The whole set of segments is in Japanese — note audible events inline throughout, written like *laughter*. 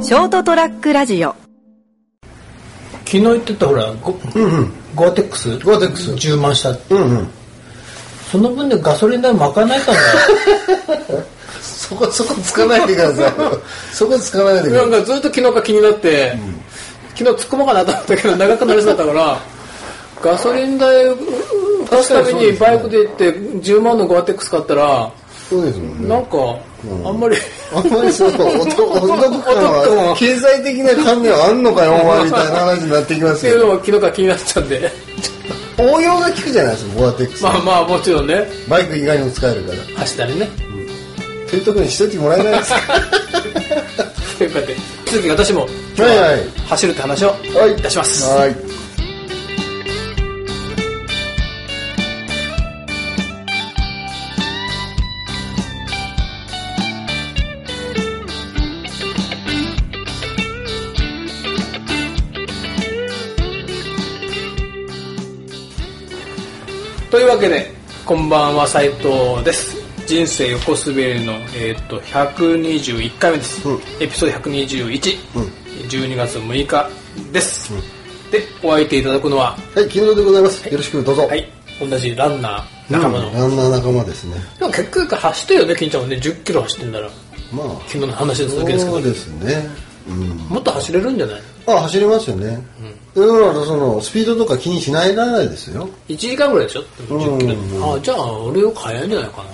ショートトラックラジオ昨日言ってたほらゴ,、ゴアテックスゴアテックス充満したってうんうんその分でガソリン代賄えたんそこそこつかないでください *laughs* そこつかないでく *laughs* だなさんいかずっと昨日か気になって、昨日突っ込もうかなと思ったけど長くなりそうだったからガソリン代を出すためにバイクで行って10万のゴアテックス買ったら、そうですもんねなんかあんまり、あんまりそうお得お得感お得感はは経済的な観念はあんのか *laughs* よお前みたいな話になってきまっすてい *laughs* けうのどが昨日から気になっちゃう *laughs* んで応用が効くじゃないですかゴアテックスまあまあもちろんねバイク以外にも使え *laughs* るから走ったりねそういうとこにしといてもらえないですかということで続き私もはいはい走るって話をはいいたしますはいというわけでこんばんは斉藤です人生横滑りの、えー、と121回目です、うんエピソード121、うん12月6日です、でお相手いただくのははい金蔵でございますよろしくどうぞはい同じランナー仲間の、でランナー仲間ですねも結局走ってるよね金ちゃんもね1 0キロ走ってんだらまあ昨日の話の続きですけそどうですねうんもっと走れるんじゃないあ走りますよねでもまあそのスピードとか気にしないらないですよ1時間ぐらいでしょ1うん0キロ、あじゃあ俺より速いんじゃないかな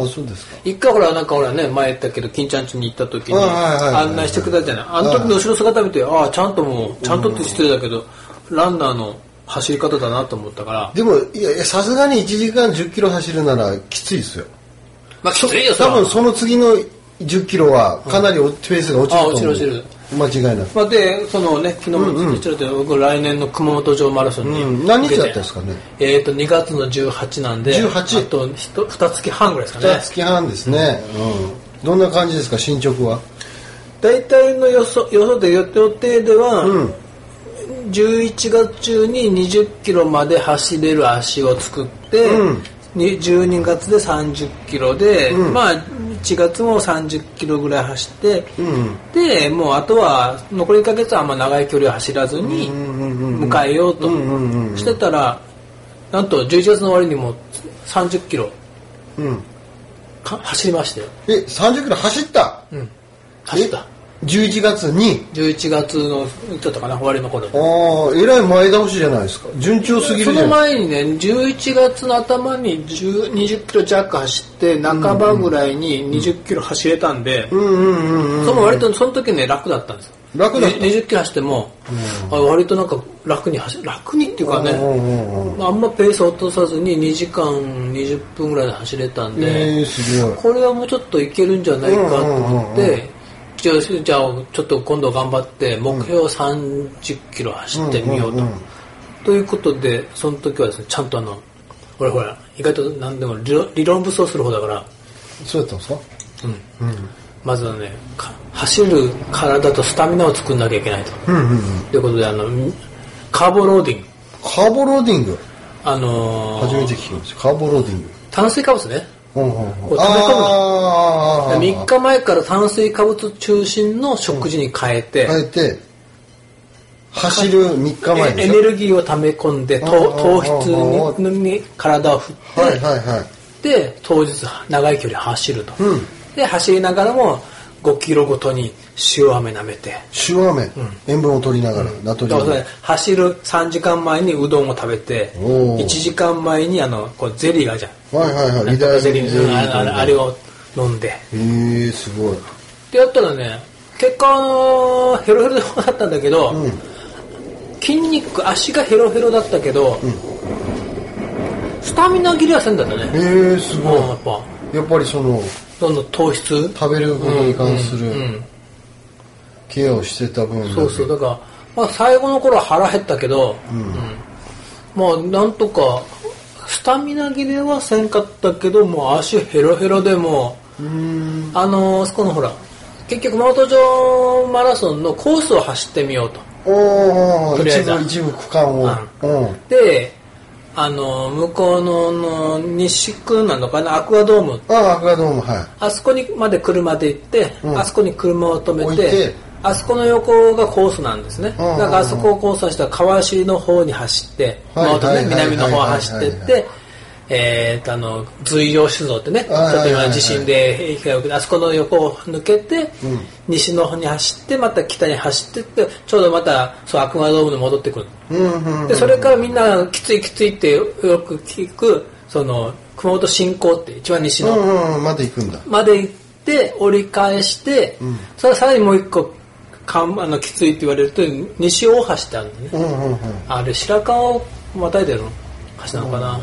あそうですか一回ほらなんかほらね前言ったけど金ちゃん家に行った時にはいはいはいはい案内してくれたじゃないあの時の後ろ姿見てああちゃんともうちゃんとって失礼だけどランナーの走り方だなと思ったからでもいやいやさすがに1時間1 0キロ走るならきついですよまあきついよそ多れは分その次の1 0キロはかなりおペースが落ちるとあ思う、落ちる落ちる間違いなく、まあでそのね昨日もちらっと僕来年の熊本城マラソンに、うん、何日だったんですかねえっ、と2月の18なんで18あとひと2月半ぐらいですか2ね月半ですね、うん、どんな感じですか進捗は大体の予想予想で予定では、うん11月中に2 0キロまで走れる足を作って、うんに12月で3 0キロで、うんまあ1月も3 0キロぐらい走って、うんでもうあとは残り1ヶ月はあんま長い距離を走らずにうんうんうんうん迎えようとうんうんうんうんしてたらなんと11月の終わりにも3 0キロうんか走りましたよ、え3 0キロ走ったうん、走ったえ11月に11月のちょっとかな終わりの頃にああえらい前倒しじゃないですか順調すぎそるじゃのない前にね11月の頭に10 20キロ弱走って半ばぐらいに20キロ走れたんで、うんうんうんうんその割とその時ね楽だったんですよ楽だった20キロ走っても、あ割となんか楽に走楽にっていうかね、うんうんうんあんまペース落とさずに2時間20分ぐらいで走れたんで、えー、すごいこれはもうちょっといけるんじゃないかと思って、うんうんうんじゃあじゃあちょっと今度頑張って目標30キロ走ってみようと。んんんということでその時はですねちゃんとあの俺ほら意外と何でも理論理論武装する方だから、そうだったんでうんまずはねか走る体とスタミナを作んなきゃいけないと、すかうんうんうんということであのカーボローディングカーボローディングあのー初めて聞きましたカーボローディング炭水化物ねうんうんうんこう溜め込むのあー3日前から炭水化物中心の食事に変えて、変えて走る3日前えでエしょネルギーを溜め込んで糖あー糖質にに体を振って、はいはいはいで当日長い距離走ると、うんで走りながらも5キロごとに塩飴舐めて塩飴、塩分を取りながら、ナトリだかウらそムれ走る3時間前にうどんを食べておー1時間前にあのこうゼリーがあるじゃんはいはいはいなんとかゼリーみたいなみたあいれなあれを飲んでえー、すごいでやったらね結果あのーヘロヘロでだったんだけど、うん筋肉足がヘロヘロだったけど、スタミナ切れはせんだったね、えー、すごいうんやっぱやっぱりそのどんどん糖質食べることに関すうんうんるケアをしてた分だけそうそうだから、まあ、最後の頃は腹減ったけど、うんまあなんとかスタミナ切れはせんかったけどもう足ヘロヘロでもうあのーそこのほら結局熊本城マラソンのコースを走ってみようとおとーりあえ一ずは部一部区間をうんであのー向こうのの西区なのかなアクアドームああアクアドームはいあそこにまで車で行って、うんあそこに車を止め置ていてあそこの横がコースなんですね、うんうんうんだからあそこをコースとしては川足の方に走って、はいまああとはねいはい南の方を走ってっはいはいて、えー、とあの随陽酒造ってね、ちょはいはっいとはい今はい地震で駅がよくてあそこの横を抜けて、西の方に走ってまた北に走ってってちょうどまたそうアクアドームに戻ってくる、うんうんでそれからみんなきついきついってよく聞くその熊本新港って一番西の、うんうんまで行くんだまで行って折り返して、それはさらにもう一個かんあのきついって言われると西大橋ってあるんだね、うんうんうんあれ白川をまたいでる橋なのかな、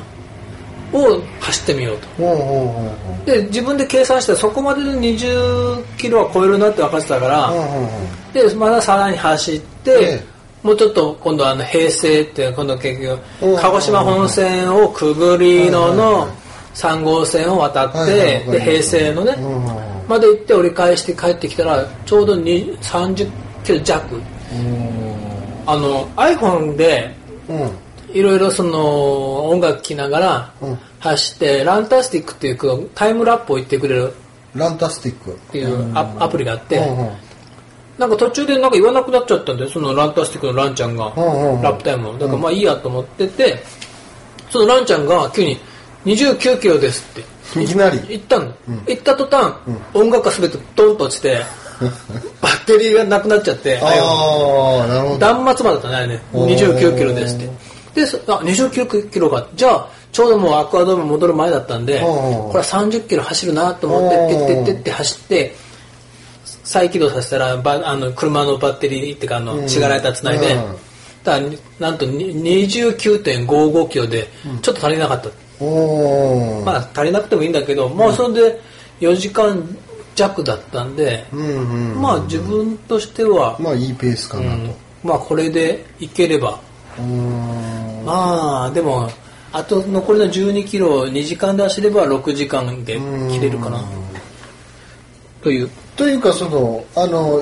を走ってみようとおうおうおうおうで自分で計算してそこまでで20キロは超えるなって分かってたから、うんうんうんでまださらに走って、えもうちょっと今度はあの平成っていう今度結局うん鹿児島本線をくぐりのはいはいはのい3号線を渡って、はいはいわかりますで平成のね、うんうんうんまで行って折り返して帰ってきたらちょうどに30キロ弱あの iPhone でうんいろいろその音楽聴きながらうん走って、ランタスティックっていうタイムラップを言ってくれるランタスティックっっていうア,、アプリがあって、うんうんなんか途中でなんか言わなくなっちゃったんだよそのランタスティックのランちゃんが、うんうんうんラップタイムをだからまあいいやと思っててそのランちゃんが急に「29キロです」っていきなり行ったの、行った途端、音楽が全てドンと落ち *laughs* てバッテリーがなくなっちゃってああなるほど断末魔だったねあれねおー29キロですってでそあ29キロかじゃあちょうどもうアクアドーム戻る前だったんでおーこれは30キロ走るなと思っておーピッてってって走って再起動させたらばあの車のバッテリーっていうかあの血がられたつないで、うんだからなんとに29.55キロでちょっと足りなかった、おおまあ足りなくてもいいんだけど、まあそれで4時間弱だったんで、うんうんまあ自分としては、まあいいペースかなうんまあこれでいければ、とうんまあでも、あと残りの12キロを2時間で走れば6時間で切れるかな。という。というかそのあの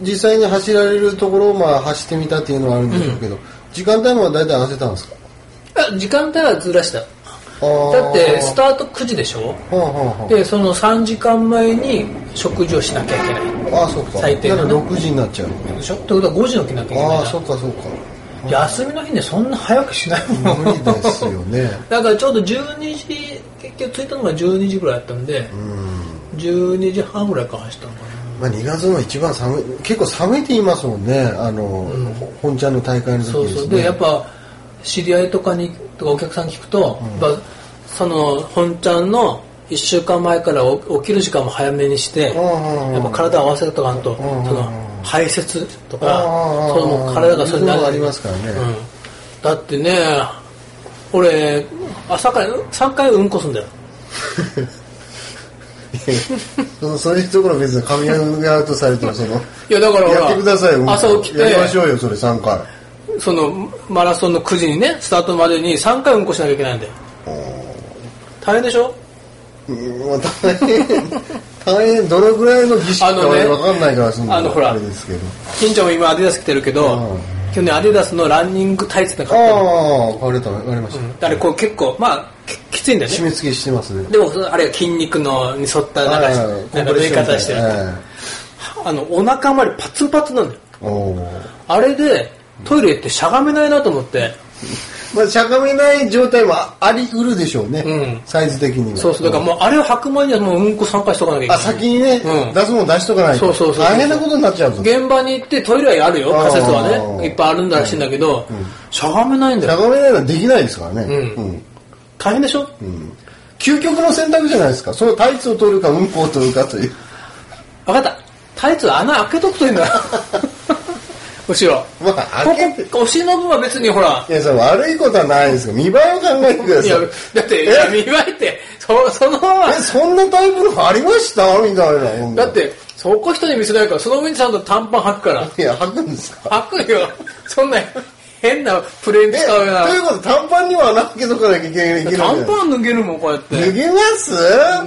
実際に走られるところをまあ走ってみたっていうのはあるんでしょうけど、時間帯は大体合わせたんですかあ時間帯はずらした。だだってスタート9時でしょはあ、はで、その3時間前に食事をしなきゃいけない。あはあ、ああそうか最低だなかねら6時になっちゃうでしょってことは5時の起きなきゃいけないあなあそうかそうか休みの日ね、そんな早くしないもん。無理ですよね *laughs* だからちょうど12時結局着いたのが12時ぐらいだったんで、12時半ぐらいから走ったのかまあ2月の一番寒い結構寒いって言いますもんねあの、ほ本ちゃんの大会のな、そう時ですねそうでやっぱ知り合いとかにとかお客さんに聞くと、やっぱその本ちゃんの1週間前からお起きる時間も早めにして、んうんうんやっぱ体を合わせとかんと、んうんうんその排泄とか、うんうんうんそのもう体がそれになるそういうのがありますからねうんだってね俺朝から3回うんこすんだよ *laughs* そのそういうところは別にカミングアウトされてもそのいやだからほらやってくださいよ朝起きてやりましょうよそれ3回そのマラソンの9時にねスタートまでに3回うんこしなきゃいけないんだよ大変でしょうんまあ大変大変どれぐらいの儀式かあのね分かんないからそあのほらあれですけど金ちゃんも今アディダス着てるけど、うん去年アディダスのランニングタイツってあ買ったのあ分かれた分かりました、だからこう結構まあききついんだよ締ねめ付けしてますねでもそのあれは筋肉のに沿ったなんはかいなんか縫い方してる、はいあのお腹周りパツンパツンなんだよおーあれでトイレ行ってしゃがめないなと思ってまあしゃがめない状態はあり得るでしょうね、うんサイズ的にはそうそうだからもうあれを履く前にはもううんこ3回しとかなきゃいけなあい先にね、うん出すもん出しとかないとそうそうそう大変なことになっちゃうぞし現場に行ってトイレはあるよあー仮設はねいっぱいあるんだらしいんだけど、しゃがめないんだゃよがめないのはできないですからね、うんうん大変でしょ、究極の選択じゃないですかそのタイツを取るかうんこを取るかという *laughs* 分かったタイツ穴開けとくといいんだよ後ろまあ開けてここお尻の部分は別にほらいやそれ悪いことはないですけど見栄えを考えてくだいやさいだっていえや見栄えってそそのままえそんなタイプのありましたみたいなもんだってそこ人に見せないからその上にちゃんと短パン履くからいや履くんですか履くよそんな変なプレーンえ使うようなということ短パンには穴開けとかなきゃいけないいけない短パン脱げるもんこうやって脱げます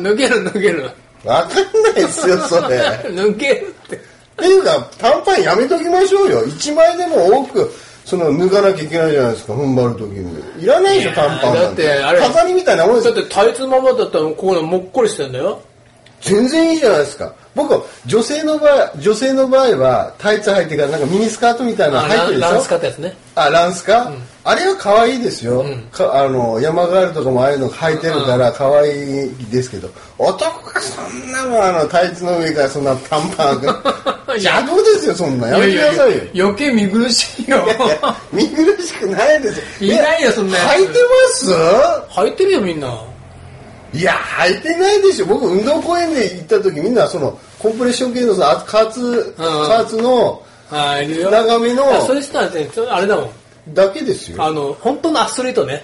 脱げる脱げるわかんないですよそれ *laughs* 脱げるってっていうか短パンやめときましょうよ一枚でも多くその脱がなきゃいけないじゃないですか踏ん張る時にいらないでしょ短パンなんだってあれ飾りみたいなもんですだっよてタイツままだったらこういうのもっこりしてんだよ全然いいじゃないですか僕は女性の場合女性の場合はタイツ履いてからなんかミニスカートみたいなのあ履いてるでしょランス買ったやつねあランスか、あれは可愛いですよ、かあの山ガールとかもああいうの履いてるから可愛いですけど、男がそんなもんあのタイツの上からそんな短パンが *laughs* いや邪道ですよそんなやめてくださいよや余計見苦しいよいや見苦しくないですよ *laughs* いないよそんなやつ履いてます *laughs* 履いてるよみんないや、履いてないでしょ。僕、運動公園で行った時、みんな、その、コンプレッション系の、その、あカーツ、カーツの、はいいるよ長めのいやそういう人はねあれだもんだけですよ。あの本当のアスリートね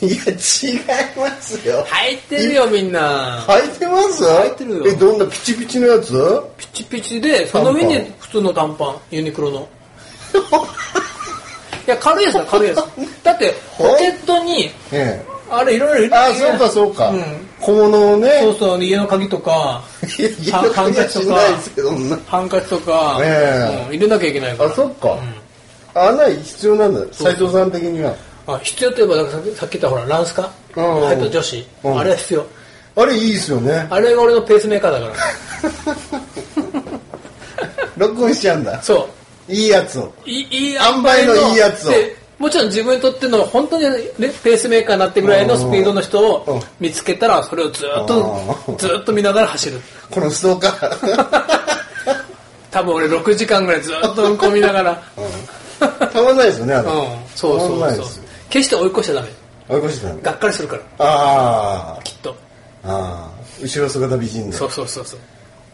いや、違いますよ。履いてるよみんな履いてます履いてるよえ、どんなピチピチのやつピチピチでその上に普通の短パンユニクロのいや軽いやつだ軽いやつだってポケットにええ。あれいろいろ入れてあ、そうか、そうか。うん小物をね。そうそう家の鍵とかいや、いや、ハンカチとかしないですけど、そんなハンカチとか、ええうん入れなきゃいけないからあ、そっか。あ、ない、必要なんだ。う斉藤さん的には。あ必要といえばだからさっきさっき言ったほらランスカうんうんうん入った女子、うんあれは必要あれ、いいですよね。あれが俺のペースメーカーだから録音しちゃうんだ。そういいやつを。いいいい塩梅のいいやつをでもちろん自分にとっての本当に、ね、ペースメーカーになってぐらいのスピードの人うんを見つけたらそれをずっうとんずっと見ながら走るこのストー *laughs* カー。多分俺6時間ぐらいずっとうんこ見ながらたまんないですよね、あうれ。んそうたまそんうないそでうすよ。決して追い越しちゃダメ追い越してたのがっかりするからあーきっとあー。後ろ姿美人でそうそうそうそう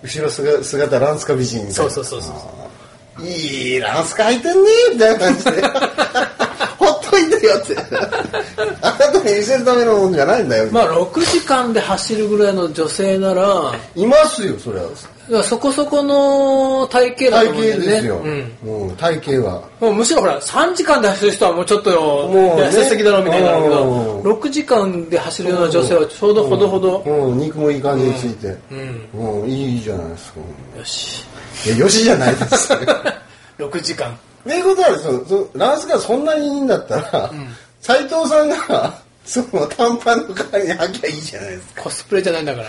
後ろ姿姿ランスカ美人みたいなそうそうそうそうあーいいランスカ履いてんねみたいな感 *laughs* じでほっといてよってあなたに見せるためのもんじゃないんだよ、まあ6時間で走るぐらいの女性ならいますよそれはだからそこそこの体型だ体と思うんだよ型ねですよ、うんうん体型はもうむしろほら3時間で走る人はもうちょっとよもうね痩せすぎだろみたいになるけうどん6時間で走るような女性はちょうどほどほどうん肉もいい感じについてうんうん、いいじゃないですかよし *laughs* いやよしじゃないですよ6時間ということはそのそのランスがそんなにいいんだったら、斉藤さんがその短パンの代わりに履きゃいいじゃないですかコスプレじゃないんだから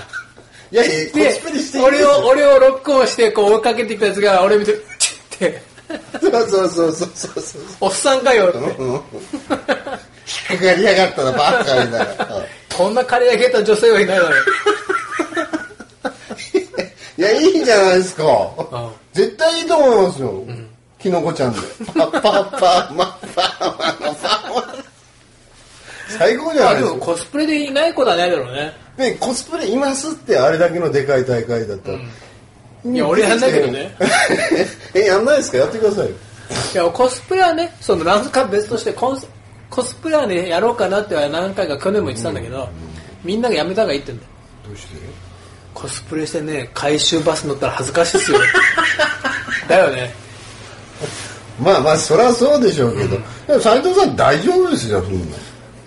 いやいやコスプレしていいんで俺すをよ俺をロックオンしてこう追いかけてきたやつが俺見てチッってそうそうそうそうそう「おっさんかよ」ってうん引っかかりやがったなバカみたいなうんこんな刈り上げた女性はいないだろいやいいじゃないですかん絶対いいと思いますよ、キノコちゃんでパッパッパーマッパーマッパーマッ最高じゃあなでいですもかコスプレでいないことはないだろうねね、コスプレいますってあれだけのでかい大会だったら、いや俺やんないけどね *laughs* えやんないですかやってくださいよいやコスプレはねそのランスカ別としてコンスコスプレはねやろうかなっては何回か去年も言ってたんだけど、みんながやめた方がいいって言うんだよどうしてコスプレしてね回収バス乗ったら恥ずかしいっ *laughs* すよだよねまあまあそりゃそうでしょうけど、でも斉藤さん大丈夫ですよそん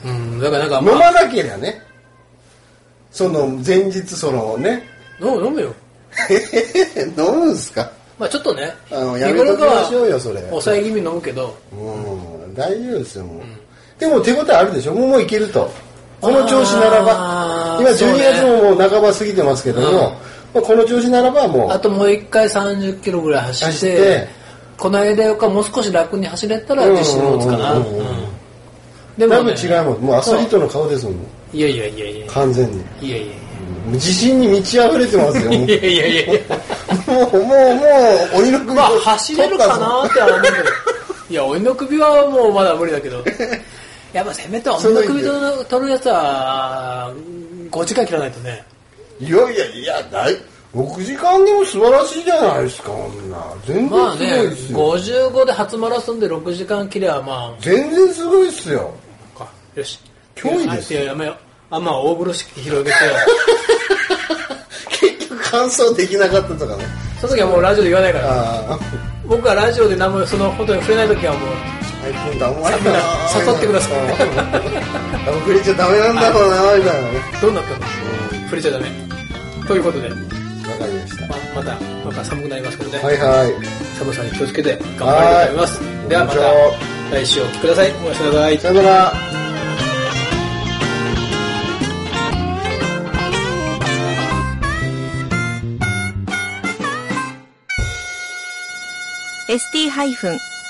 うんだからなんか、な飲まあ、まなけりゃねその前日そのね *laughs* 飲む飲むよ飲むんすかまあちょっとねあのやめときましょうよそれ日頃は抑え気味に飲むけどうん大丈夫ですよもう、でも手応えあるでしょもうもういけるとこの調子ならばあー今そう12ね月ももう半ば過ぎてますけども、うんまあこの調子ならばもうあともう一回3 0キロぐらい走って走ってこの間よりかもう少し楽に走れたら自信持つかな、うんうんうんうんうんで多も、分ね、違うもんもうアスリートの顔ですもんいやいやいやいや完全にいやいやいや自信に満ち溢れてます *laughs* よいやいやいやいやもうもうもう鬼の首まあ走れるかなっては思うけど *laughs* いや鬼の首はもうまだ無理だけ *laughs* どやっぱせめて鬼の首と取るやつは5時間切らないとねいやいやいやない6時間でも素晴らしいじゃないですか女全まあ然ねすごいですよ、 55で初マラソンで6時間切ればま全然すごいですよあかよし脅威ですいややめようあまあ大風呂敷広げて *laughs* 結局完走できなかったとかねその時はもうラジオで言わないからああ僕はラジオで何もそのことに触れない時はもう最近だもんあれだな誘ってくだ *laughs* さいい遅れちゃダメなんだろうなみたいなねどうなったの触れちゃダメということでうんわかりましままたまた寒くなりますけどね、たはいはい寒さに気をつけて頑張りたいと思いますはいではまこんにちた来週お聞きくださいおやすみなさいさよなら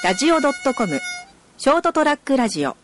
ST-radio.com ショートトラックラジオ